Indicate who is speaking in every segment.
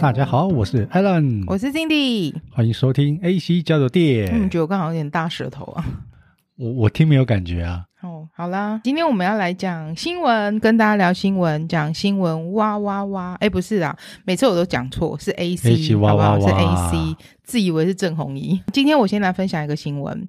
Speaker 1: 大家好，我是 Alan，
Speaker 2: 我是嗯 Cindy。
Speaker 1: 欢迎收听 AC 交流
Speaker 2: 你怎么
Speaker 1: 店。
Speaker 2: 觉得我刚好有点大舌头啊？
Speaker 1: 我我听没有感觉啊，
Speaker 2: 哦，好啦，今天我们要来讲新闻，跟大家聊新闻，讲新闻哇哇哇！哎，不是啦，每次我都讲错，是 A C，
Speaker 1: AC 哇
Speaker 2: 好不
Speaker 1: 哇
Speaker 2: 好？是
Speaker 1: 哇
Speaker 2: A C，自以为是郑红怡。今天我先来分享一个新闻，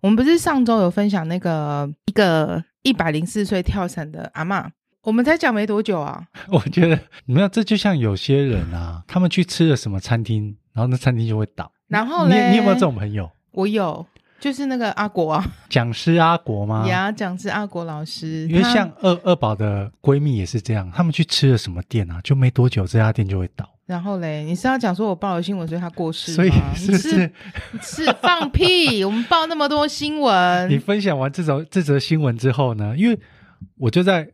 Speaker 2: 我们不是上周有分享那个一个一百零四岁跳伞的阿嬷，我们才讲没多久啊，
Speaker 1: 我觉得没有，这就像有些人
Speaker 2: 嗯
Speaker 1: 啊，他们去吃了什么餐厅，然后那餐厅就会倒。
Speaker 2: 然后
Speaker 1: 你
Speaker 2: 哦嘞，
Speaker 1: 你有没有这？种朋友？
Speaker 2: 我有，就是那个阿国啊，
Speaker 1: 讲师阿国吗？
Speaker 2: 呀、讲是阿国老师，
Speaker 1: 啊因为
Speaker 2: 他
Speaker 1: 像二二宝的闺蜜也是这样，他们去吃了什么店啊，就没多久这家店就会倒，
Speaker 2: 然后嘞，你是要讲说我报了新闻，所以他过世吗？
Speaker 1: 所 以是不
Speaker 2: 你
Speaker 1: 是
Speaker 2: 是你是放屁！我们报那么多新
Speaker 1: 你
Speaker 2: 闻，
Speaker 1: 分享完这则这则新闻之后呢？因为我就在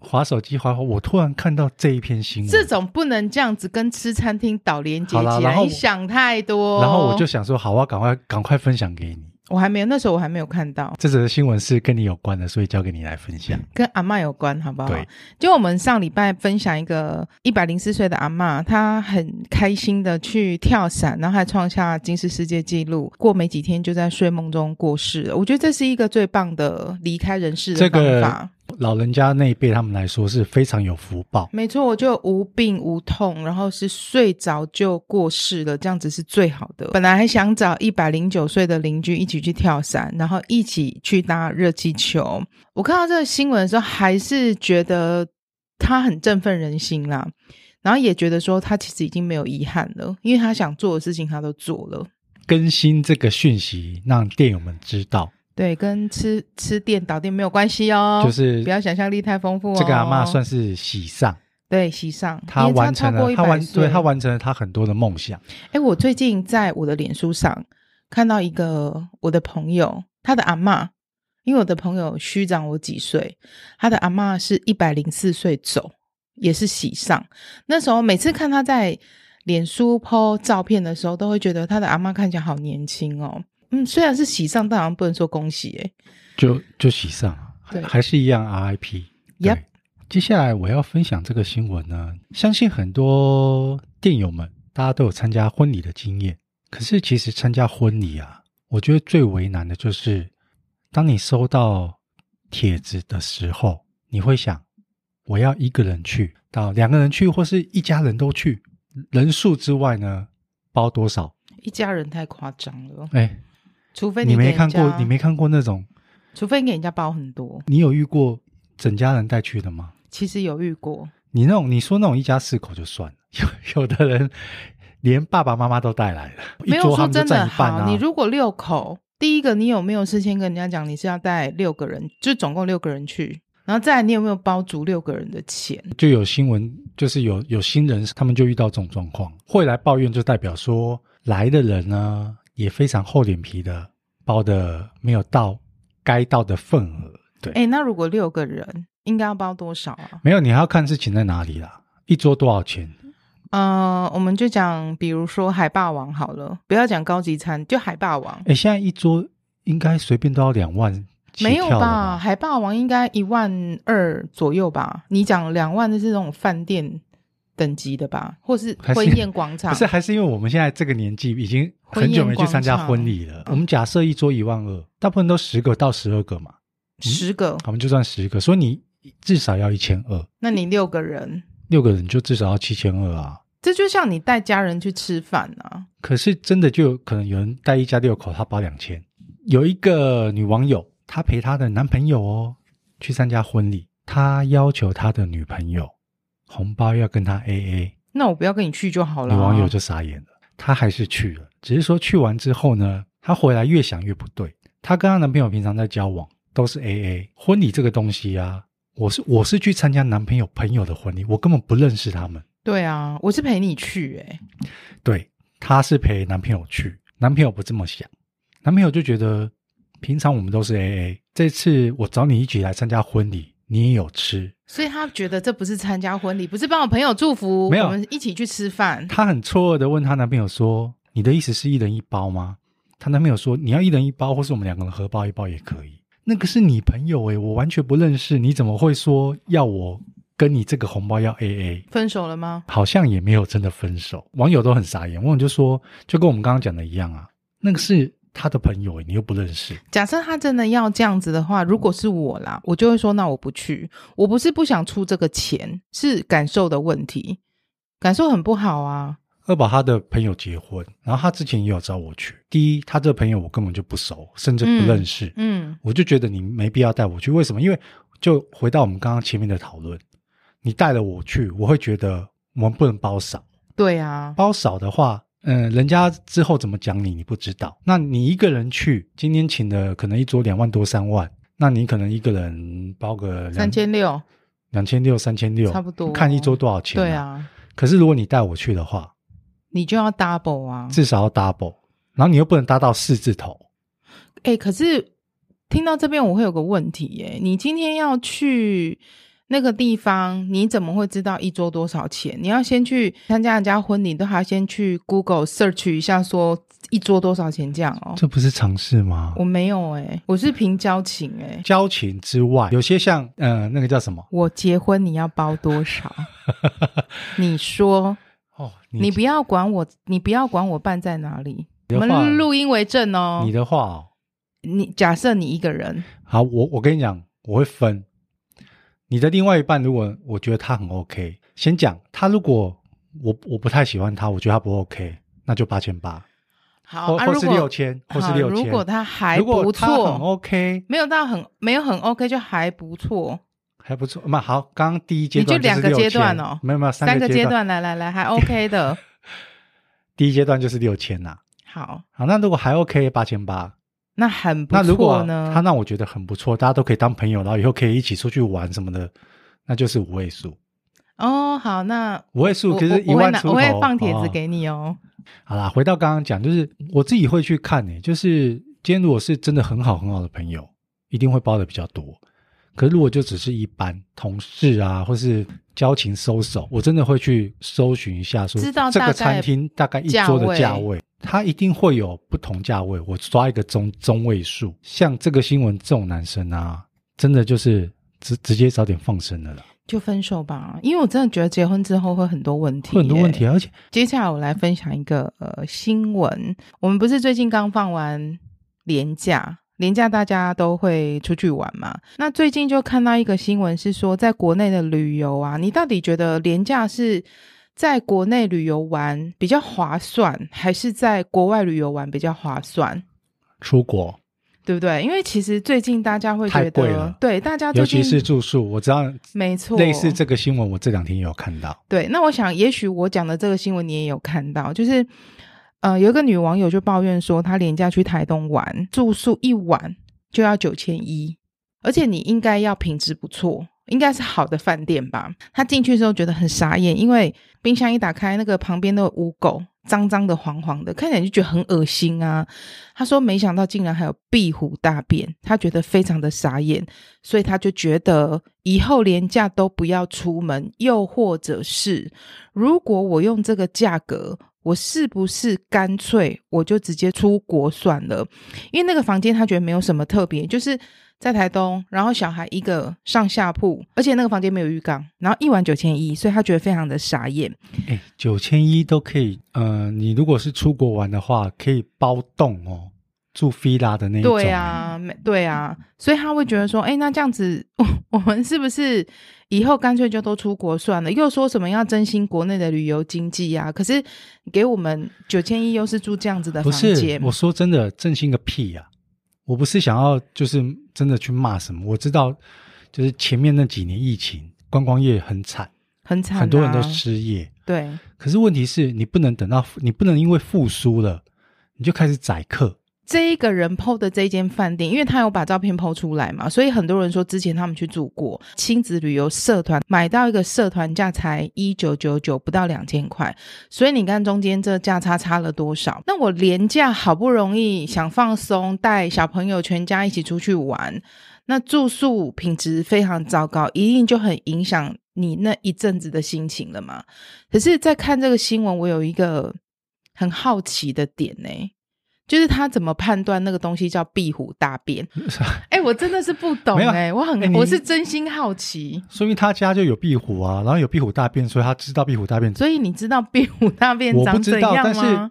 Speaker 1: 划手机划划，我突然看到这一篇新闻，
Speaker 2: 这种不能这样子跟吃餐厅倒连接
Speaker 1: 好啦
Speaker 2: 起
Speaker 1: 然
Speaker 2: 来，
Speaker 1: 后
Speaker 2: 你想太多。
Speaker 1: 然后我就想说，好啊，赶快赶快分享给你。
Speaker 2: 我还没有，那时候我还没有看到
Speaker 1: 这则新闻是跟你有关的，所以交给你来分享。
Speaker 2: 跟阿嬷有关，好不好？
Speaker 1: 对，
Speaker 2: 就我们上礼拜分享一个一百零四岁的阿嬷，她很开心的去跳伞，然后还创下吉尼斯世界纪录，过没几天就在睡梦中过世了。我觉得这是一个最棒的离开人世
Speaker 1: 这
Speaker 2: 的
Speaker 1: 个
Speaker 2: 方法。
Speaker 1: 老人家那一辈他们来说是非常有福报，
Speaker 2: 没错，我就无病无痛，然后是睡着就过世了，这样子是最好的。本来还想找一百零九岁的邻居一起去跳伞，然后一起去搭热气球。我看到这个新闻的时候，还是觉得他很振奋人心啦，然后也觉得说他其实已经没有遗憾了，因为他想做的事情他都做了。
Speaker 1: 更新这个讯息让店友们知道，
Speaker 2: 对，跟吃吃店倒店没有关系哦，
Speaker 1: 就是
Speaker 2: 不要想象力太丰富哦。
Speaker 1: 这个阿嬷算是喜上，
Speaker 2: 对喜上，
Speaker 1: 她
Speaker 2: 因为
Speaker 1: 完成
Speaker 2: 超过
Speaker 1: 了，
Speaker 2: 100
Speaker 1: 她完
Speaker 2: 岁
Speaker 1: 对她完成了她很多的梦想。
Speaker 2: 哎，我最近在我的脸书上看到一个我的朋友，他的阿嬷，因为我的朋友虚长我几岁，他的阿嬷是一百零四岁走，也是喜上。那时候每次看他在脸书 PO 照片的时候，都会觉得他的阿嬷看起来好年轻哦。嗯，虽然是喜上，但好像不能说恭喜哎。
Speaker 1: 就就喜上啊，
Speaker 2: 对
Speaker 1: 还是一样 RIP。
Speaker 2: Yep
Speaker 1: 对接下来我要分享这个新闻呢，相信很多店友们大家都有参加婚礼的经验，可是其实参加婚礼啊，我觉得最为难的就是，当你收到帖子的时候，你会想，我要一个人去，到两个人去，或是一家人都去，人数之外呢，包多少？
Speaker 2: 一家人太夸张了，哦
Speaker 1: 哎，
Speaker 2: 除非
Speaker 1: 你
Speaker 2: 给
Speaker 1: 没
Speaker 2: 人
Speaker 1: 看过
Speaker 2: 家，
Speaker 1: 你没，看过那种，
Speaker 2: 除非你给人家包很多。
Speaker 1: 你有遇过整家人带去的吗？
Speaker 2: 其实有遇过，
Speaker 1: 你那种你说那种一家四口就算了， 有有的人连爸爸妈妈都带来了，一
Speaker 2: 没有
Speaker 1: 桌他
Speaker 2: 说
Speaker 1: 们就
Speaker 2: 真的
Speaker 1: 占一半
Speaker 2: 好，
Speaker 1: 啊
Speaker 2: 你。如果六口，第一个你有没有事先跟人家讲你是要带六个人，就总共六个人去，然后再来你有没有包足六个人的钱？
Speaker 1: 就有新闻，就是有有新人他们就遇到这种状况，会来抱怨，就代表说来的人呢也非常厚脸皮的，包的没有到该到的份额。对，
Speaker 2: 哎，那如果六个人应该要包多少啊？
Speaker 1: 没有你还要看事情在哪里啦，一桌多少钱？
Speaker 2: 呃，我们就讲，比如说海霸王好了，不要讲高级餐，就海霸王。
Speaker 1: 哎，现在一桌应该随便都要两万起
Speaker 2: 没有
Speaker 1: 跳了
Speaker 2: 吧？？海霸王应该一万二左右吧？你讲两万的是那种饭店等级的吧，或是
Speaker 1: 还是
Speaker 2: 婚宴广场？
Speaker 1: 不是，还啊是因为我们现在这个年纪已经很久没去参加婚礼了。我们假设一桌一万二，大部分都十个到十二个嘛，
Speaker 2: 十个，
Speaker 1: 我们就算十个，所以你至少要一千二，
Speaker 2: 那你六个人，
Speaker 1: 六个人就至少要七千二啊。
Speaker 2: 这就像你带家人去吃饭啊，
Speaker 1: 可是真的就有可能有人带一家六口，他包两千。有一个女网友，她陪她的男朋友哦去参加婚礼，她要求她的女朋友红包要跟她 A A，
Speaker 2: 那我不要跟你去就好了、啊
Speaker 1: 女网友就傻眼了，她还是去了，只是说去完之后呢，她回来越想越不对。她跟她男朋友平常在交往都是 A A，婚礼这个东西啊，我是我是去参加男朋友朋友的婚礼，我根本不认识他们。
Speaker 2: 对啊，我是陪你去、欸，
Speaker 1: 对，她是陪男朋友去，男朋友不这么想，男朋友就觉得平常我们都是 A A，这次我找你一起来参加婚礼，你也有吃，
Speaker 2: 所以他觉得这不是参加婚礼，不是帮我朋友祝福，
Speaker 1: 没有
Speaker 2: 我们一起去吃饭，
Speaker 1: 她很错愕的问她男朋友说：“你的意思是一人一包吗？”她男朋友说：“你要一人一包，或是我们两个人合欸包一包也可以。”那个是你朋友诶、我完全不认识，你怎么会说要我跟你这个红包要 A A，
Speaker 2: 分手了吗？
Speaker 1: 好像也没有真的分手。网友都很傻眼，网友就说，就跟我们刚刚讲的一样啊，那个是他的朋友、欸你又不认识。
Speaker 2: 假设他真的要这样子的话，如果是我啦，我就会说那我不去。我不是不想出这个钱，是感受的问题，感受很不好啊。
Speaker 1: 二宝他的朋友结婚，然后他之前也有找我去。第一，他这个朋友我根本就不熟，甚至不认识，
Speaker 2: 嗯，
Speaker 1: 我就觉得你没必要带我去。为什么？因为就回到我们刚刚前面的讨论，你带了我去，我会觉得我们不能包少。
Speaker 2: 对啊，
Speaker 1: 包少的话，嗯、人家之后怎么讲你，你不知道。那你一个人去，今天请的可能一桌两万多三万，那你可能一个人包个两
Speaker 2: 三千六，
Speaker 1: 两千六三千六，
Speaker 2: 差不多
Speaker 1: 看一桌多少钱、
Speaker 2: 对。啊，
Speaker 1: 可是如果你带我去的话，
Speaker 2: 你就要 double 啊。
Speaker 1: 至少要 double，然后你又不能搭到四字头。
Speaker 2: 哎、可是听到这边我会有个问题耶、你今天要去那个地方，你怎么会知道一桌多少钱？你要先去参加人家婚礼，都还要先去 Google search 一下，说一桌多少钱这样哦。
Speaker 1: 这不是尝试吗？
Speaker 2: 我没有哎、我是凭交情哎、
Speaker 1: 交情之外，有些像呃那个叫什么
Speaker 2: 我结婚你要包多少？你 说，
Speaker 1: 哦，
Speaker 2: 你不要管我，你不要管我办在哪里，
Speaker 1: 你
Speaker 2: 我
Speaker 1: 的话
Speaker 2: 们录音为证哦。
Speaker 1: 你的话哦，
Speaker 2: 你假设你一个人，
Speaker 1: 好，我我跟你讲，我会分。你的另外一半，如果我觉得他很 OK，先讲他。如果我我不太喜欢他，我觉得他不 OK，那就八千八，
Speaker 2: 好
Speaker 1: 或
Speaker 2: 啊，
Speaker 1: 或
Speaker 2: 如
Speaker 1: 是
Speaker 2: 果
Speaker 1: 六千，或是
Speaker 2: 好
Speaker 1: 六千。
Speaker 2: 如果他还
Speaker 1: 如果
Speaker 2: 不
Speaker 1: 他很
Speaker 2: 错，
Speaker 1: OK，
Speaker 2: 没有到很没有很 OK，就还不错，
Speaker 1: 还不错。那好，刚刚第一阶
Speaker 2: 你就
Speaker 1: 段
Speaker 2: 两
Speaker 1: 是
Speaker 2: 个阶
Speaker 1: 6000
Speaker 2: 段哦
Speaker 1: 没有没有
Speaker 2: 三
Speaker 1: 个
Speaker 2: 个阶
Speaker 1: 段，
Speaker 2: 段，来来来，还 OK 的。
Speaker 1: 第一阶段就是六千呐。
Speaker 2: 好，
Speaker 1: 好，那如果还 OK，八千八。
Speaker 2: 那很不
Speaker 1: 那如
Speaker 2: 错
Speaker 1: 果
Speaker 2: 呢。
Speaker 1: 他让我觉得很不错，大家都可以当朋友，然后以后可以一起出去玩什么的，那就是五位数。
Speaker 2: 哦，好，那
Speaker 1: 五位数
Speaker 2: 我
Speaker 1: 可是一
Speaker 2: 我我会
Speaker 1: 万
Speaker 2: 拿
Speaker 1: 出
Speaker 2: 我
Speaker 1: 头
Speaker 2: 会放帖子
Speaker 1: 哦
Speaker 2: 给你哦。
Speaker 1: 好啦，回到刚刚讲，就是我自己会去看诶、就是今天如果是真的很好很好的朋友，一定会包的比较多。可是如果就只是一般同事啊，或是交情收手，我真的会去搜寻一下说，
Speaker 2: 知道
Speaker 1: 这
Speaker 2: 大
Speaker 1: 个
Speaker 2: 概
Speaker 1: 餐厅大概一桌的
Speaker 2: 价
Speaker 1: 价
Speaker 2: 位
Speaker 1: 位，它一定会有不同价位。我抓一个中中位数，像这个新闻这种男生啊，真的就是直直接早点放生了啦，
Speaker 2: 就分手吧，因为我真的觉得结婚之后会很多问题、
Speaker 1: 会很多问题、。啊，而且
Speaker 2: 接下来我来分享一个呃新闻，我们不是最近刚放完年假，年假大家都会出去玩嘛。那最近就看到一个新闻是说，在国内的旅游啊，你到底觉得年假是在国内旅游玩比较划算，还是在国外旅游玩比较划算？
Speaker 1: 出国，
Speaker 2: 对不对？因为其实最近大家会
Speaker 1: 太
Speaker 2: 觉
Speaker 1: 贵
Speaker 2: 得
Speaker 1: 了，
Speaker 2: 对大家最
Speaker 1: 尤
Speaker 2: 近
Speaker 1: 其是住宿，我知道
Speaker 2: 没错
Speaker 1: 类似这个新闻，我这两天也有看到。
Speaker 2: 对，那我想，也许我讲的这个新闻你也有看到，就是，呃，有一个女网友就抱怨说，她廉价去台东玩，住宿一晚就要九千一，而且你应该要品质不错，应该是好的饭店吧。她进去之后觉得很傻眼，因为冰箱一打开，那个旁边的污垢脏脏的、黄黄的，看起来就觉得很恶心啊。她说，没想到竟然还有壁虎大便，她觉得非常的傻眼。所以他就觉得以后连假都不要出门，又或者是如果我用这个价格，我是不是干脆我就直接出国算了？因为那个房间他觉得没有什么特别，就是在台东，然后小孩一个上下铺，而且那个房间没有浴缸，然后一晚九千一，所以他觉得非常的傻眼。
Speaker 1: 哎，九千一都可以，呃，你如果是出国玩的话，可以包栋哦，住 villa 的那一种。
Speaker 2: 对，啊，没对啊，所以他会觉得说，哎，那这样子，我 我们是不是以后干脆就都出国算了？又说什么要振兴国内的旅游经济啊？可是给我们九千一又是住这样子的
Speaker 1: 欸不
Speaker 2: 房
Speaker 1: 是
Speaker 2: 间，，
Speaker 1: 我说真的，振兴个屁呀、我不是想要就是真的去骂什么，我知道就是前面那几年疫情，观光业很惨，
Speaker 2: 很惨、啊，
Speaker 1: 很多人都失业。
Speaker 2: 对
Speaker 1: 可是问题是你不能等到，你不能因为复苏了，你就开始宰客。
Speaker 2: 这一个人 PO 的这间饭店，因为他有把照片 PO 出来嘛，所以很多人说之前他们去住过亲子旅游社团，买到一个社团价才一九九九，不到两千块，所以你看中间这价差差了多少？那我廉价好不容易想放松，带小朋友全家一起出去玩，那住宿品质非常糟糕，一定就很影响你那一阵子的心情了嘛。可是，在看这个新闻，我有一个很好奇的点呢、就是他怎么判断那个东西叫壁虎大便？哎、我真的是不懂
Speaker 1: 没有
Speaker 2: 哎、我很、
Speaker 1: 哎你
Speaker 2: 我是真心好奇。
Speaker 1: 说明他家就有壁虎啊，然后有壁虎大便，所以他知道壁虎大便。
Speaker 2: 所以你知道壁虎大便
Speaker 1: 我不
Speaker 2: 长
Speaker 1: 知
Speaker 2: 怎
Speaker 1: 道，但
Speaker 2: 样
Speaker 1: 是
Speaker 2: 吗？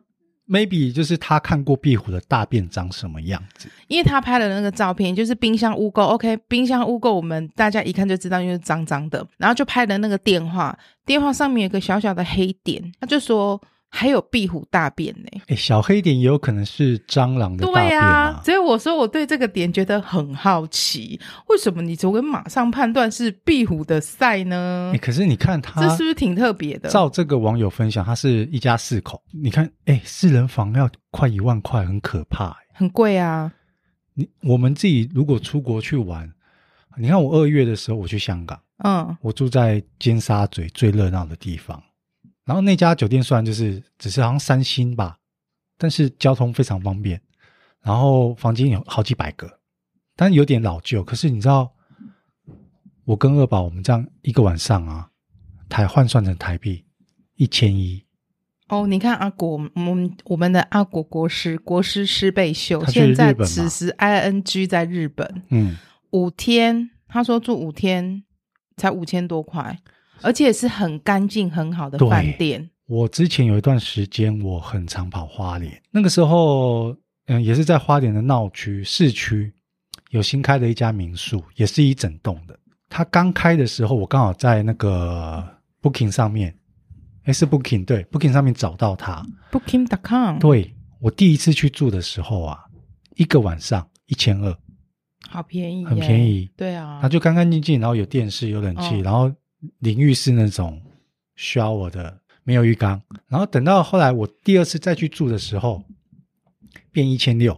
Speaker 1: maybe 就是他看过壁虎的大便长什么样子。
Speaker 2: 因为他拍的那个照片就是冰箱污垢，OK，冰箱污垢我们大家一看就知道，因为是脏脏的。然后就拍的那个电话，电话上面有个小小的黑点，他就说还有壁虎大便呢、
Speaker 1: 哎，小黑点也有可能是蟑螂的大
Speaker 2: 对
Speaker 1: 便
Speaker 2: 呀、
Speaker 1: 啊。
Speaker 2: 所以我说我对这个点觉得很好奇，为什么你就会马上判断是壁虎的赛呢
Speaker 1: 哎，？可是你看
Speaker 2: 这
Speaker 1: 他
Speaker 2: 是不是挺特别的？
Speaker 1: 照这个网友分享，他是一家四口。你看，哎，四人房要快一万块，很可怕欸。
Speaker 2: 很贵啊，
Speaker 1: 你我们自己如果出国去玩，你看我二月的时候我去香港，
Speaker 2: 嗯，
Speaker 1: 我住在尖沙咀最热闹的地方，然后那家酒店虽然就是只是好像三星吧，但是交通非常方便，然后房间有好几百个，但有点老旧。可是你知道，我跟二宝我们这样一个晚上啊，台换算成台币一千一，
Speaker 2: 哦，你看阿国，我们我们的阿国国师国师师贝秀，
Speaker 1: 他去
Speaker 2: 现在
Speaker 1: 日本嘛
Speaker 2: 此时 ing 在日本
Speaker 1: 嗯，
Speaker 2: 五天，他说住五天才五千多块，而且是很干净很好的
Speaker 1: 对
Speaker 2: 饭店，
Speaker 1: 我之前有一段时间，我很常跑花莲，那个时候，嗯，也是在花莲的闹区市区，有新开的一家民宿，也是一整栋的。它刚开的时候，我刚好在那个 Booking 上面，诶是 Booking 对 Booking 上面找到它。
Speaker 2: Booking.com，
Speaker 1: 对我第一次去住的时候啊，一个晚上一千二，
Speaker 2: 好便宜，
Speaker 1: 很便，宜，
Speaker 2: 对啊，
Speaker 1: 它就干干净净，然后有电视、有冷气，
Speaker 2: 哦
Speaker 1: 然后淋浴是那种 shower 的，没有浴缸。然后等到后来我第二次再去住的时候，变一千六，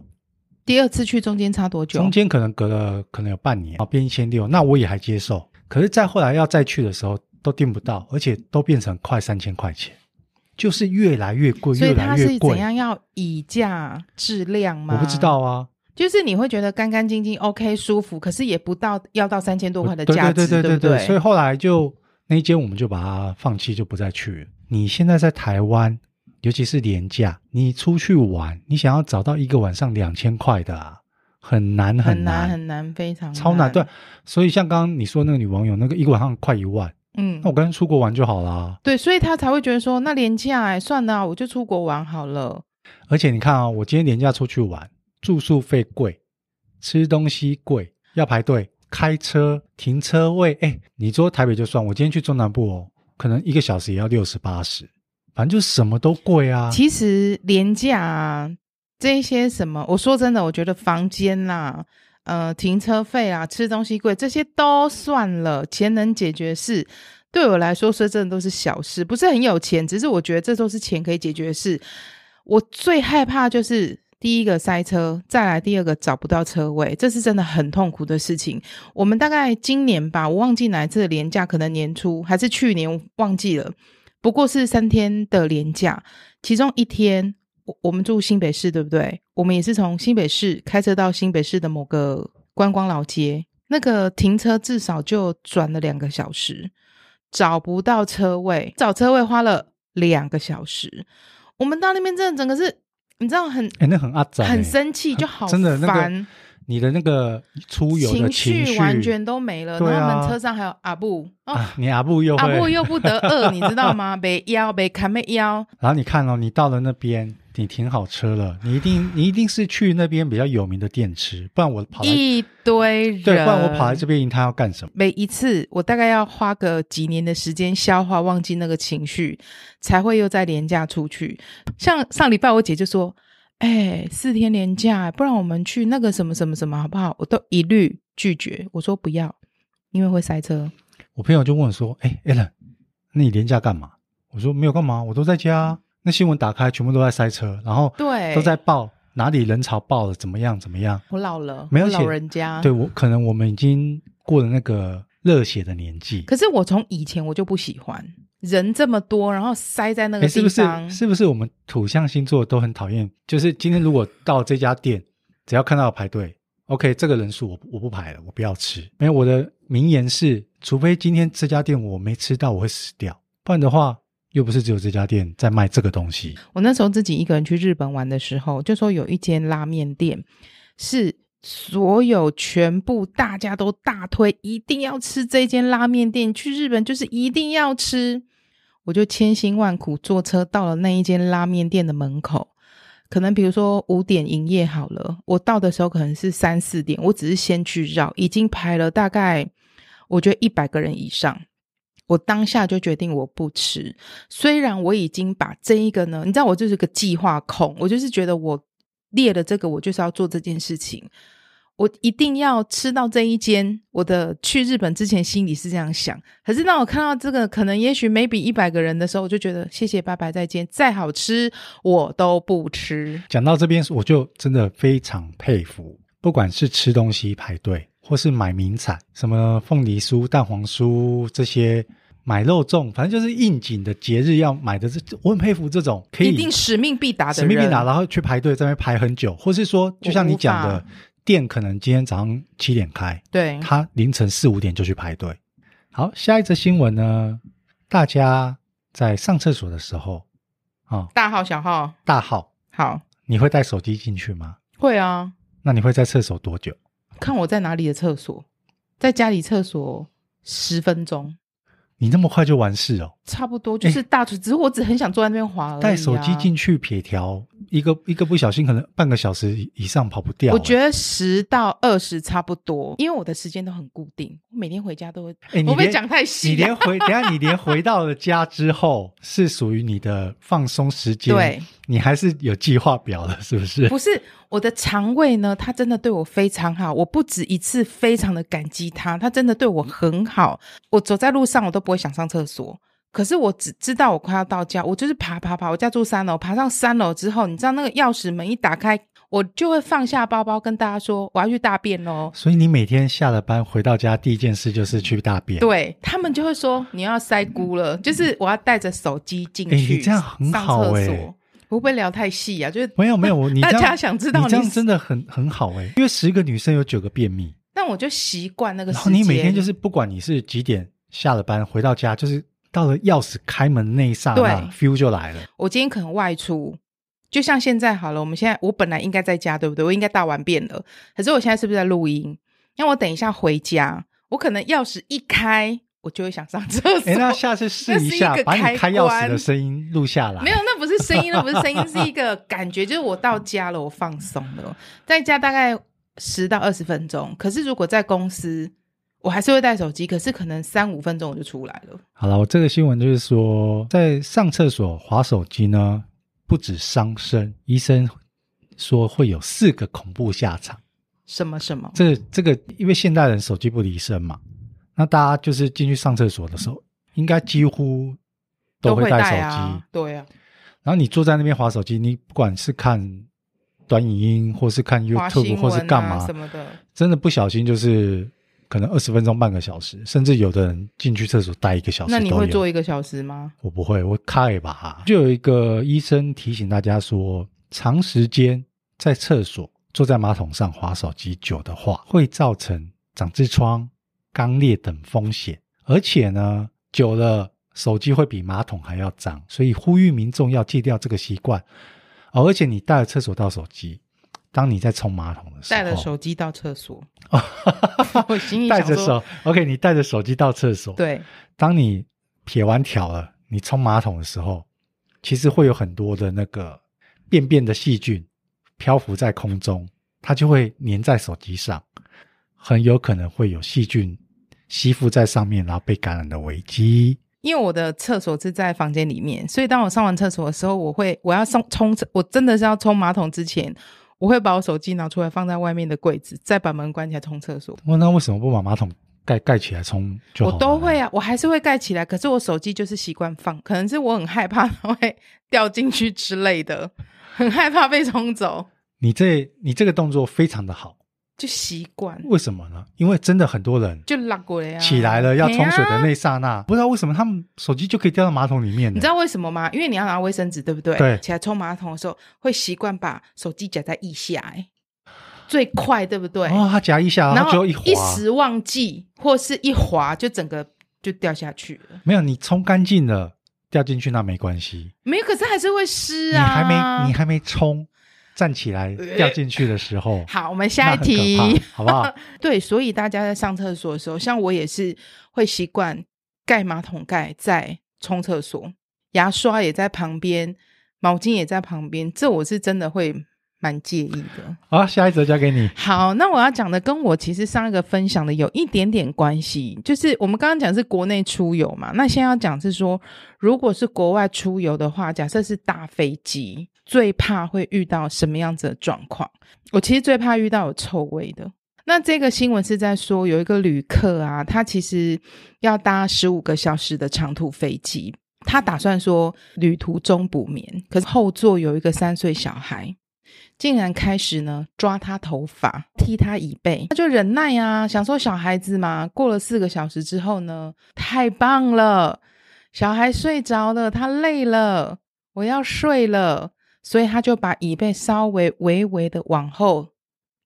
Speaker 2: 第二次去中间差多久？
Speaker 1: 中间可能隔了可能有半年，啊，变一千六，那我也还接受。可是再后来要再去的时候，都订不到，而且都变成快三千块钱，就是越来越贵，
Speaker 2: 所以
Speaker 1: 越
Speaker 2: 它
Speaker 1: 来
Speaker 2: 是
Speaker 1: 越
Speaker 2: 怎
Speaker 1: 贵。
Speaker 2: 样要以价质量吗？
Speaker 1: 我不知，道啊，
Speaker 2: 就是你会觉得干干净净，OK，舒服，可是也不到要到三千多块的
Speaker 1: 对
Speaker 2: 价
Speaker 1: 对
Speaker 2: 值，
Speaker 1: 对对
Speaker 2: 不对？
Speaker 1: 所以后来就那一间我们就把它放弃，就不再去了。你现在在台湾，尤其是廉价，你出去玩，你想要找到一个晚上两千块的、啊，很难
Speaker 2: 很
Speaker 1: 难，
Speaker 2: 难很难，非常
Speaker 1: 超难。
Speaker 2: 难。
Speaker 1: 对，，所以像刚刚你说那个女网友，那个一个晚上快一万，
Speaker 2: 嗯
Speaker 1: 那，我干脆出国玩就好啊啦。
Speaker 2: 对，所以他才会觉得说，那廉价哎，算了啊，我就出国玩好了。
Speaker 1: 而且你看啊、我今天廉价出去玩，住宿费贵，吃东西贵，要排队，开车停车位，哎，你说台北就算，我今天去中南部哦，可能一个小时也要六十八十，反正就什么都贵啊。
Speaker 2: 其实廉价、啊、这一些什么，我说真的，我觉得房间啦、呃，停车费啦、吃东西贵这些都算了，钱能解决是。对我来说，说真的都是小事，不是很有钱，只是我觉得这都是钱可以解决的事。我最害怕就是第一个塞车，再来第二个找不到车位，这是真的很痛苦的事情。我们大概今年吧，我忘记哪一次的年假，可能年初还是去年，我忘记了。不过是三天的年假，其中一天我我们住新北市，对不对？我们也是从新北市开车到新北市的某个观光老街，那个停车至少就转了两个小时，找不到车位，找车位花了两个小时。我们到那边真的整个是，你知道很
Speaker 1: 哎，那很阿展、
Speaker 2: 很生气，就好
Speaker 1: 真的那
Speaker 2: 烦。
Speaker 1: 个你的那个出游的
Speaker 2: 情
Speaker 1: 绪
Speaker 2: 完全都没了，
Speaker 1: 对
Speaker 2: 然后我
Speaker 1: 啊
Speaker 2: 们车上还有阿布，哦、
Speaker 1: 啊，你阿布又
Speaker 2: 阿
Speaker 1: 会，
Speaker 2: 布又不得饿，你知道吗？ 被腰被砍被腰，
Speaker 1: 然后你看哦，你到了那边，你停好车了，你一定你一定是去那边比较有名的店吃，不然我跑来
Speaker 2: 一堆人。
Speaker 1: 对，不然我跑来这边，他要干什么？
Speaker 2: 每一次我大概要花个几年的时间消化、忘记那个情绪，才会又再廉价出去。像上礼拜我姐就说：“哎、四天廉价，不然我们去那个什么什么什么好不好？”我都一律拒绝，我说不要，因为会塞车。
Speaker 1: 我朋友就问我说：“哎、a l a n 那你连假干嘛？”我说：“没有干嘛，我都在家啊、那新闻打开，全部都在塞车，然后
Speaker 2: 对
Speaker 1: 都在报哪里人潮爆了，怎么样怎么样。
Speaker 2: 我老了，
Speaker 1: 没有
Speaker 2: 我
Speaker 1: 而
Speaker 2: 老
Speaker 1: 且
Speaker 2: 人家。
Speaker 1: 对我，可能我们已经过了那个热血的年纪。
Speaker 2: 可是我从以前我就不喜欢人这么多，然后塞在那
Speaker 1: 哎、
Speaker 2: 个
Speaker 1: 是
Speaker 2: 地
Speaker 1: 不是
Speaker 2: 方。
Speaker 1: 是不是我们土象星座都很讨厌？就是今天如果到这家店，只要看到排队，OK，这个人数我我不排了，我不要吃。没有我的名言是，除非今天这家店我没吃到，我会死掉，不然的话，又不是只有这家店在卖这个东西。
Speaker 2: 我那时候自己一个人去日本玩的时候，就说有一间拉面店是所有全部大家都大推，一定要吃这间拉面店，去日本就是一定要吃。我就千辛万苦坐车到了那一间拉面店的门口，可能比如说五点营业好了，我到的时候可能是三四点，我只是先去绕，已经排了大概我觉得一百个人以上。我当下就决定我不吃，虽然我已经把这一个呢，你知道我就是个计划控，我就是觉得我列了这个，我就是要做这件事情，我一定要吃到这一间。我的去日本之前心里是这样想，可是当我看到这个可能也许 maybe 一百个人的时候，我就觉得谢谢拜拜再见，再好吃我都不吃。
Speaker 1: 讲到这边，我就真的非常佩服，不管是吃东西排队，或是买名产，什么凤梨酥、蛋黄酥这些，买肉粽，反正就是应景的节日要买的，这我很佩服这种可以
Speaker 2: 一定使命必达的
Speaker 1: 使
Speaker 2: 人，
Speaker 1: 命必达，然后去排队，在那边排很久，或是说，就像你讲
Speaker 2: 我无
Speaker 1: 的
Speaker 2: 法，嗯
Speaker 1: 店可能今天早上七点开，
Speaker 2: 对，
Speaker 1: 他凌晨四五点就去排队。好，下一则新闻呢？大家在上厕所的时候啊、
Speaker 2: 大号小号
Speaker 1: 大号，
Speaker 2: 好
Speaker 1: 你会带手机进去吗？
Speaker 2: 会啊，
Speaker 1: 那你会在厕所多久？
Speaker 2: 看我在哪里的厕所，在家里厕所十分钟，
Speaker 1: 你那么快就完事哦？
Speaker 2: 差不多就是大腿，只是我只很想坐在那边滑而已、啊。
Speaker 1: 带手机进，去撇条，一个一个不小心，可能半个小时以上跑不掉、
Speaker 2: 我觉
Speaker 1: 得，
Speaker 2: 得十到二十差不多，因为我的时间都很固定，我每天回家都会。
Speaker 1: 哎，你
Speaker 2: 我被
Speaker 1: 连
Speaker 2: 讲太
Speaker 1: 你
Speaker 2: 细、
Speaker 1: 连
Speaker 2: 啊，
Speaker 1: 回，等一下你连回到了家之后，是属于你的放松时间，
Speaker 2: 对，
Speaker 1: 你还是有计划表的，是不是？
Speaker 2: 不是我的肠胃呢，它真的对我非常好，我不止一次非常的感激它，它真的对我很好。我走在路上，我都不会想上厕所。可是我只知道我快要到家，我就是爬爬爬，我家住三楼，爬上三楼之后，你知道那个钥匙门一打开，我就会放下包包，跟大家说我要去大便喽。
Speaker 1: 所以你每天下了班回到家，第一件事就是去大便。
Speaker 2: 对他们就会说你要塞菇了，就是我要带着手机进去，
Speaker 1: 哎嗯你这样很好
Speaker 2: 上厕
Speaker 1: 哎
Speaker 2: 所。我会不会聊太细啊？就是
Speaker 1: 没有没有， 我你
Speaker 2: 大
Speaker 1: 这样
Speaker 2: 家想知道
Speaker 1: 你这样
Speaker 2: 你
Speaker 1: 真的很很好哎、因为十个女生有九个便秘，
Speaker 2: 但我就习惯那个
Speaker 1: 然
Speaker 2: 时
Speaker 1: 后
Speaker 2: 间。
Speaker 1: 你每天就是不管你是几点下了班回到家，就是到了钥匙开门那一刹那
Speaker 2: 对
Speaker 1: ，feel 就 来了。
Speaker 2: 我今天可能外出，就像现在好了，我们现在我本来应该在家，对不对？我应该大完便了，可是我现在是不是在录音？那我等一下回家，我可能钥匙一开，我就会想上厕所。
Speaker 1: 哎，那下次试一下
Speaker 2: 那是一个
Speaker 1: 把你开钥匙
Speaker 2: 开
Speaker 1: 的
Speaker 2: 关
Speaker 1: 声音录下来。
Speaker 2: 没有，那不是声音，那不是声音，是一个感觉，就是我到家了，我放松了，在家大概十到二十分钟。可是如果在公司，我还是会带手机，可是可能三五分钟我就出来了。
Speaker 1: 好了，我这个新闻就是说，在上厕所划手机呢，不止伤身，医生说会有四个恐怖下场。
Speaker 2: 什么什么？
Speaker 1: 这这个，因为现代人手机不离身嘛，那大家就是进去上厕所的时候，应该几乎都会带手机。
Speaker 2: 啊，对啊，
Speaker 1: 然后你坐在那边划手机，你不管是看短影音，或是看
Speaker 2: 滑新
Speaker 1: YouTube，、或
Speaker 2: 闻
Speaker 1: 是干
Speaker 2: 啊
Speaker 1: 嘛
Speaker 2: 什么的。
Speaker 1: 真的不小心就是可能二十分钟、半个小时，甚至有的人进去厕所待一个小时
Speaker 2: 那
Speaker 1: 都
Speaker 2: 你
Speaker 1: 有。
Speaker 2: 会做一个小时吗？
Speaker 1: 我不会，我开吧。就有一个医生提醒大家说，长时间在厕所坐在马桶上划手机久的话，会造成长痔疮、肛裂等风险，而且呢，久了手机会比马桶还要脏，所以呼吁民众要戒掉这个习惯。哦，而且你带了厕所到手机，当你在冲马桶的时候，
Speaker 2: 带了手机到 厕所，我心里
Speaker 1: 带
Speaker 2: 想
Speaker 1: 着
Speaker 2: 说，
Speaker 1: 手，OK，你带着手机到厕所，
Speaker 2: 对，
Speaker 1: 当你撇完条了，你冲马桶的时候，其实会有很多的那个便便的细菌漂浮在空中，它就会粘在手机上，很有可能会有细菌吸附在上面，然后被感染的危机。
Speaker 2: 因为我的厕所是在房间里面，所以当我上完厕所的时候，我会我要冲冲，我真的是要冲马桶之前，我会把我手机拿出来放在外面的柜子，再把门关起来冲厕所。
Speaker 1: 那那为什么不把马桶盖盖起来冲就
Speaker 2: 我
Speaker 1: 好了？
Speaker 2: 都会啊，我还是会盖起来，可是我手机就是习惯放，可能是我很害怕它会 掉进去之类的，很害怕被冲走，
Speaker 1: 你这你这个动作非常的好，
Speaker 2: 就习惯
Speaker 1: 为什么呢？因为真的很多人
Speaker 2: 就拉过来啊，
Speaker 1: 起来了要冲水
Speaker 2: 嘿啊
Speaker 1: 的那一刹那，不知道为什么他们手机就可以掉到马桶里面呢。
Speaker 2: 你知道为什么吗？因为你要拿卫生纸，对不对？
Speaker 1: 对
Speaker 2: 起来冲马桶的时候，会习惯把手机夹在腋下、哎，最快，对不对？
Speaker 1: 哦，他夹一下，
Speaker 2: 然
Speaker 1: 他
Speaker 2: 后
Speaker 1: 就滑，
Speaker 2: 时忘记，或是一滑，就整个就掉下去了。
Speaker 1: 没有，你冲干净了，掉进去那没关系，
Speaker 2: 没有，可是还是会湿
Speaker 1: 你
Speaker 2: 啊。
Speaker 1: 还没你还没冲站起来掉进去的时候，
Speaker 2: 好，我们
Speaker 1: 那
Speaker 2: 下一
Speaker 1: 很可
Speaker 2: 题。
Speaker 1: 怕， 好不好？
Speaker 2: 对，所以大家在上厕所的时候，像我也是会习惯盖马桶盖在冲厕所，牙刷也在旁边，毛巾也在旁边，这我是真的会蛮介意的。
Speaker 1: 好，下一则交给你。
Speaker 2: 好，那我要讲的跟我其实上一个分享的有一点点关系，就是我们刚刚讲是国内出游嘛，那现在要讲是说，如果是国外出游的话，假设是搭飞机，最怕会遇到什么样子的状况？我其实最怕遇到有臭味的。那这个新闻是在说，有一个旅客啊，他其实要搭十五个小时的长途飞机，他打算说旅途中补眠，可是后座有一个三岁小孩，竟然开始呢抓他头发，踢他椅背，他就忍耐啊，想说小孩子嘛。过了四个小时之后呢，太棒了，小孩睡着了，他累了，我要睡了，所以他就把椅背稍微微微的往后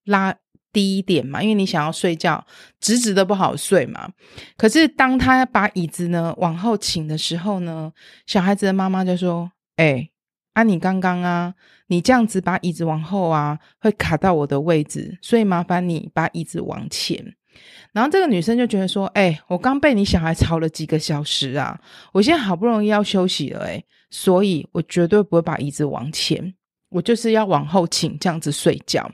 Speaker 2: 拉低一点嘛，因为你想要睡觉，直直的不好睡嘛。可是当他把椅子呢往后倾的时候呢，小孩子的妈妈就说：“哎、啊，你刚刚啊，你这样子把椅子往后啊，会卡到我的位置，所以麻烦你把椅子往前。然后这个女生就觉得说，哎、我刚被你小孩吵了几个小时啊，我现在好不容易要休息了、哎，所以我绝对不会把椅子往前，我就是要往后倾，这样子睡觉。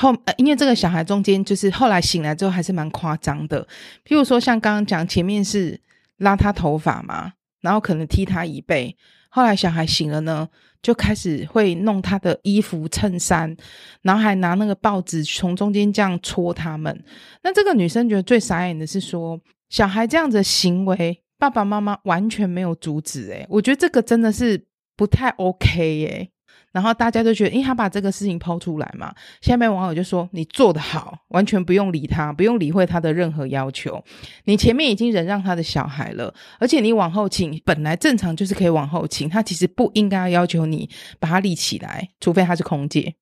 Speaker 2: 后、呃，因为这个小孩中间就是后来醒来之后还是蛮夸张的，譬如说像刚刚讲前面是拉他头发嘛，然后可能踢他椅背，后来小孩醒了呢，就开始会弄他的衣服、衬衫，然后还拿那个报纸从中间这样戳他们。那这个女生觉得最傻眼的是说，小孩这样子的行为，爸爸妈妈完全没有阻止、欸。我觉得这个真的是不太 OK 耶、然后大家都觉得，因为他把这个事情抛出来嘛，下面网友就说你做得好，完全不用理他，不用理会他的任何要求。你前面已经忍让他的小孩了，而且你往后倾，本来正常就是可以往后倾，他其实不应该要求你把他立起来，除非他是空姐。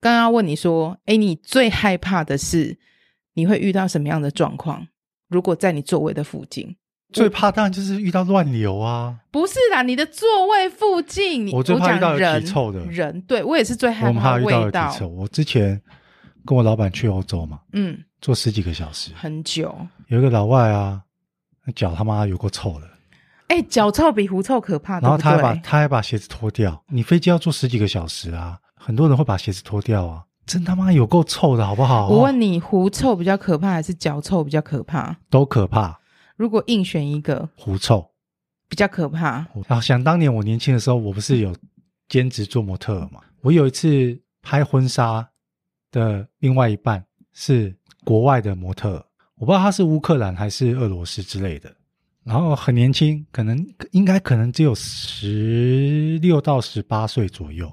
Speaker 2: 刚刚问你说，哎，你最害怕的是你会遇到什么样的状况？如果在你座位的附近，
Speaker 1: 最怕当然就是遇到乱流啊，
Speaker 2: 不是啦，你的座位附近，你
Speaker 1: 我最怕
Speaker 2: 讲
Speaker 1: 遇到有体
Speaker 2: 人
Speaker 1: 臭的
Speaker 2: 人，对我也是最
Speaker 1: 我
Speaker 2: 害
Speaker 1: 们怕
Speaker 2: 怕
Speaker 1: 遇到有
Speaker 2: 味
Speaker 1: 体
Speaker 2: 道，
Speaker 1: 臭。我之前跟我老板去欧洲嘛，
Speaker 2: 嗯，
Speaker 1: 坐十几个小时，
Speaker 2: 很久。
Speaker 1: 有一个老外啊，那脚他妈有够臭的，
Speaker 2: 哎、脚臭比狐臭可怕，
Speaker 1: 然后他还
Speaker 2: 啊对不
Speaker 1: 把
Speaker 2: 对？
Speaker 1: 他还把鞋子脱掉。你飞机要坐十几个小时啊，很多人会把鞋子脱掉啊，真他妈有够臭的好不好？
Speaker 2: 我问你，狐臭比较可怕还是脚臭比较可怕？
Speaker 1: 都可怕，
Speaker 2: 如果硬选一个，
Speaker 1: 狐臭。
Speaker 2: 比较可怕。
Speaker 1: 啊，想当年我年轻的时候，我不是有兼职做模特儿嘛？我有一次拍婚纱的另外一半是国外的模特儿，我不知道他是乌克兰还是俄罗斯之类的，然后很年轻，可能应该可能只有十六到十八岁左右。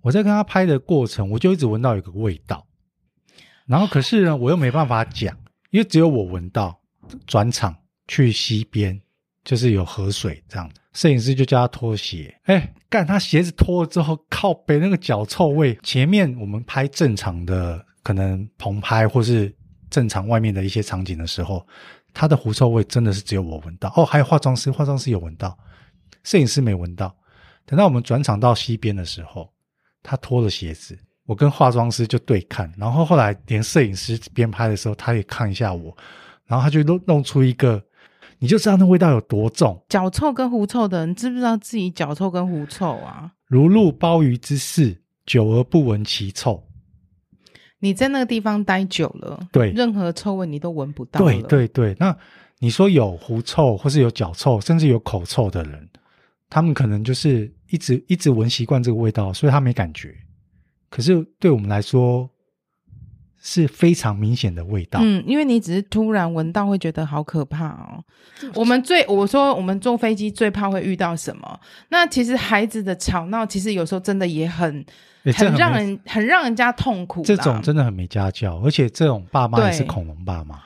Speaker 1: 我在跟他拍的过程，我就一直闻到有个味道，然后可是呢，我又没办法讲，因为只有我闻到。转场去溪边，就是有河水这样子，摄影师就叫他脱鞋。哎，干他鞋子脱了之后，靠北那个脚臭味。前面我们拍正常的，可能棚拍或是正常外面的一些场景的时候，他的狐臭味真的是只有我闻到。哦，还有化妆师，化妆师有闻到，摄影师没闻到。等到我们转场到溪边的时候，他脱了鞋子，我跟化妆师就对看，然后后来连摄影师边拍的时候，他也看一下我，然后他就弄弄出一个，你就知道那味道有多重，
Speaker 2: 脚臭跟狐臭的人，知不知道自己脚臭跟狐臭啊？
Speaker 1: 如入鲍鱼之肆，久而不闻其臭。
Speaker 2: 你在那个地方待久了，
Speaker 1: 对
Speaker 2: 任何臭味你都闻不到了。
Speaker 1: 对对对，那你说有狐臭，或是有脚臭，甚至有口臭的人，他们可能就是一直一直闻习惯这个味道，所以他没感觉。可是对我们来说，是非常明显的味道。
Speaker 2: 嗯，因为你只是突然闻到，会觉得好可怕哦。我们最我说我们坐飞机最怕会遇到什么？那其实孩子的吵闹，其实有时候真的也很
Speaker 1: 诶这
Speaker 2: 很让
Speaker 1: 没
Speaker 2: 人很让人家痛苦啦。
Speaker 1: 这种真的很没家教，而且这种爸妈也是
Speaker 2: 对
Speaker 1: 恐龙爸妈。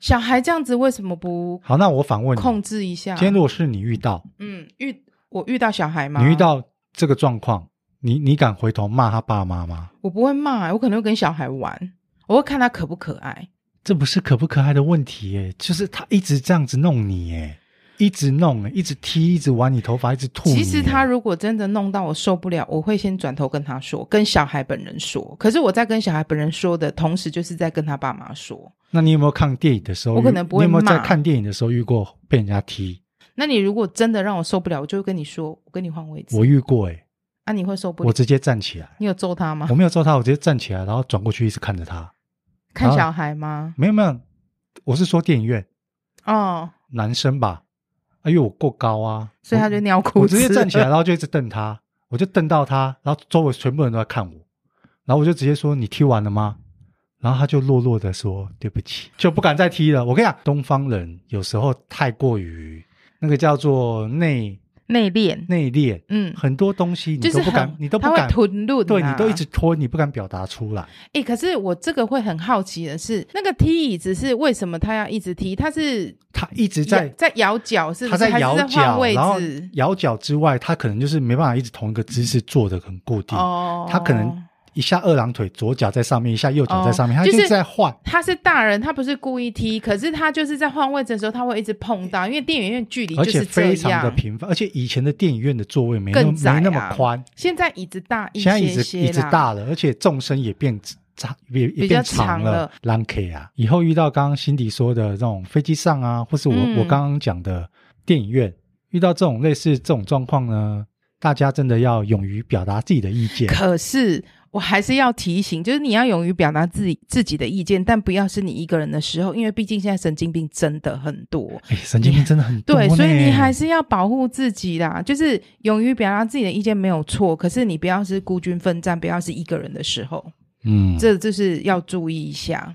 Speaker 2: 小孩这样子为什么不
Speaker 1: 好，那我反问你，
Speaker 2: 控制一下？
Speaker 1: 嗯今天如果是你遇到，
Speaker 2: 嗯，遇我遇到小孩吗？
Speaker 1: 你遇到这个状况，你你敢回头骂他爸妈吗？
Speaker 2: 我不会骂，欸我可能会跟小孩玩，我会看他可不可爱。
Speaker 1: 这不是可不可爱的问题耶，就是他一直这样子弄你耶，一直弄，一直踢，一直玩你头发，一直吐你。
Speaker 2: 其实他如果真的弄到我受不了，我会先转头跟他说，跟小孩本人说。可是我在跟小孩本人说的同时，就是在跟他爸妈说。
Speaker 1: 那你有没有看电影的时候遇？
Speaker 2: 我可能不会
Speaker 1: 你有没有在
Speaker 2: 骂
Speaker 1: 看电影的时候遇过被人家踢？
Speaker 2: 那你如果真的让我受不了，我就会跟你说，我跟你换位置。
Speaker 1: 我遇过哎、
Speaker 2: 啊，你会受不
Speaker 1: 我啊
Speaker 2: 了？
Speaker 1: 直接站起来，
Speaker 2: 你有揍他吗
Speaker 1: 我？没有揍他，我直接站起来，然后转过去一直看着他。
Speaker 2: 看小孩吗？
Speaker 1: 没有没有，我是说电影院
Speaker 2: 哦，
Speaker 1: 男生吧，啊因为我够高啊，
Speaker 2: 所以他就尿
Speaker 1: 我
Speaker 2: 裤
Speaker 1: 我
Speaker 2: 子。
Speaker 1: 直接站起来，然后就一直瞪他，我就瞪到他，然后周围全部人都在看我，然后我就直接说：“你踢完了吗？”然后他就落落的说：“对不起，就不敢再踢了。”我跟你讲，东方人有时候太过于那个叫做内
Speaker 2: 内敛。
Speaker 1: 内敛，
Speaker 2: 嗯，
Speaker 1: 很多东西你
Speaker 2: 就是
Speaker 1: 都不敢，
Speaker 2: 很
Speaker 1: 你都不
Speaker 2: 他
Speaker 1: 敢
Speaker 2: 会，吞论、啊，
Speaker 1: 对你都一直拖，你不敢表达出来。
Speaker 2: 哎、可是我这个会很好奇的是，那个踢椅子是为什么他要一直踢？他是
Speaker 1: 他一直在
Speaker 2: 摇在摇脚，是不
Speaker 1: 他
Speaker 2: 是？还
Speaker 1: 摇
Speaker 2: 是在换
Speaker 1: 脚，
Speaker 2: 位
Speaker 1: 然后
Speaker 2: 置？
Speaker 1: 摇脚之外，他可能就是没办法一直同一个姿势坐的很固定，
Speaker 2: 哦，
Speaker 1: 他可能一下二郎腿左脚在上面，一下右脚在上面，
Speaker 2: 哦
Speaker 1: 他一
Speaker 2: 就是
Speaker 1: 直在换。
Speaker 2: 他是大人，他不是故意踢，可是他就是在换位置的时候，他会一直碰到，因为电影院距离
Speaker 1: 而
Speaker 2: 就
Speaker 1: 且
Speaker 2: 是这
Speaker 1: 非常的
Speaker 2: 样。
Speaker 1: 频繁，而且以前的电影院的座位没那么
Speaker 2: 更窄啊
Speaker 1: 没那么宽，
Speaker 2: 现在椅子大一
Speaker 1: 现在椅
Speaker 2: 些
Speaker 1: 子
Speaker 2: 些啦，
Speaker 1: 椅子大了，而且纵深也变长，也也
Speaker 2: 比较
Speaker 1: 变长
Speaker 2: 长
Speaker 1: 了
Speaker 2: 了。
Speaker 1: l a n K 啊，以后遇到刚刚辛迪说的这种飞机上啊，或是我、
Speaker 2: 嗯
Speaker 1: 我刚刚讲的电影院，遇到这种类似这种状况呢，大家真的要勇于表达自己的意见。
Speaker 2: 可是我还是要提醒，就是你要勇于表达自己自己的意见，但不要是你一个人的时候，因为毕竟现在神经病真的很多。
Speaker 1: 哎，神经病真的很多
Speaker 2: 对，所以你
Speaker 1: 呢嗯
Speaker 2: 还是要保护自己啦，就是勇于表达自己的意见没有错，可是你不要是孤军奋战，不要是一个人的时候，
Speaker 1: 嗯，
Speaker 2: 这就是要注意一下，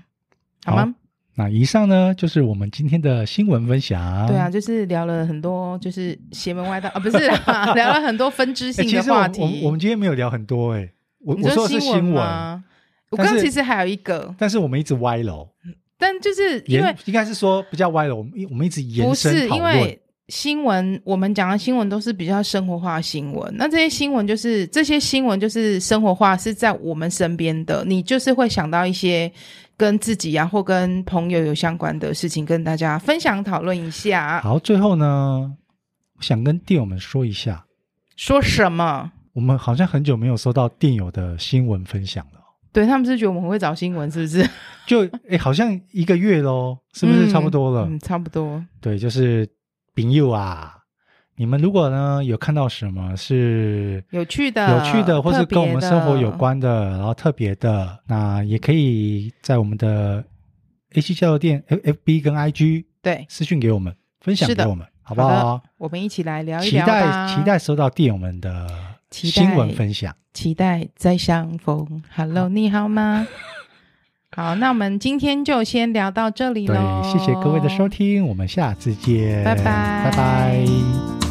Speaker 2: 好吗？
Speaker 1: 那以上呢就是我们今天的新闻分享。哎
Speaker 2: 对啊，，就是聊了很多，就是邪门歪道啊，不是啦，聊了很多分支
Speaker 1: 哎
Speaker 2: 性
Speaker 1: 其
Speaker 2: 的
Speaker 1: 实我
Speaker 2: 话
Speaker 1: 们
Speaker 2: 题。
Speaker 1: 我们我们今天没有聊很多哎、我
Speaker 2: 你
Speaker 1: 我说的是
Speaker 2: 新闻
Speaker 1: 新闻。
Speaker 2: 吗？我
Speaker 1: 但
Speaker 2: 刚刚
Speaker 1: 是
Speaker 2: 其实还有一个，
Speaker 1: 但是我们一直歪楼，
Speaker 2: 但就是因为
Speaker 1: 延应该是说不叫歪楼，我们一我们一直延
Speaker 2: 不是
Speaker 1: 伸讨
Speaker 2: 因
Speaker 1: 论
Speaker 2: 为。新闻，我们讲的新闻都是比较生活化的新闻。那这些新闻就是这些新闻就是生活化，是在我们身边的，你就是会想到一些跟自己啊或跟朋友有相关的事情，跟大家分享讨论一下。啊
Speaker 1: 好，最后呢，我想跟电友们说一下，
Speaker 2: 说什么？
Speaker 1: 我们好像很久没有收到电友的新闻分享了，
Speaker 2: 对他们是觉得我们很会找新闻，是不是？
Speaker 1: 就哎，好像一个月喽，是不是
Speaker 2: 嗯
Speaker 1: 差不多了？
Speaker 2: 嗯，差不多。
Speaker 1: 对，就是丙友啊，你们如果呢有看到什么是
Speaker 2: 有趣的、
Speaker 1: 有趣的，或是
Speaker 2: 呃特别
Speaker 1: 跟我们生活
Speaker 2: 的
Speaker 1: 有，关的，然后特别的，那也可以在我们的 A C 交流店 F F B 跟 I G
Speaker 2: 对，
Speaker 1: 私讯给我们，分享
Speaker 2: 是的
Speaker 1: 给我们，好不好？
Speaker 2: 我们一起来聊一
Speaker 1: 期
Speaker 2: 聊
Speaker 1: 待
Speaker 2: 吧。
Speaker 1: 期待收到电友们的
Speaker 2: 期
Speaker 1: 新
Speaker 2: 待
Speaker 1: 闻分享。
Speaker 2: 期待再相逢。Hello，你 好吗？好，那我们今天就先聊到这里
Speaker 1: 对
Speaker 2: 喽。，
Speaker 1: 谢谢各位的收，听，我们下次见，
Speaker 2: 拜
Speaker 1: 拜
Speaker 2: 拜
Speaker 1: 拜。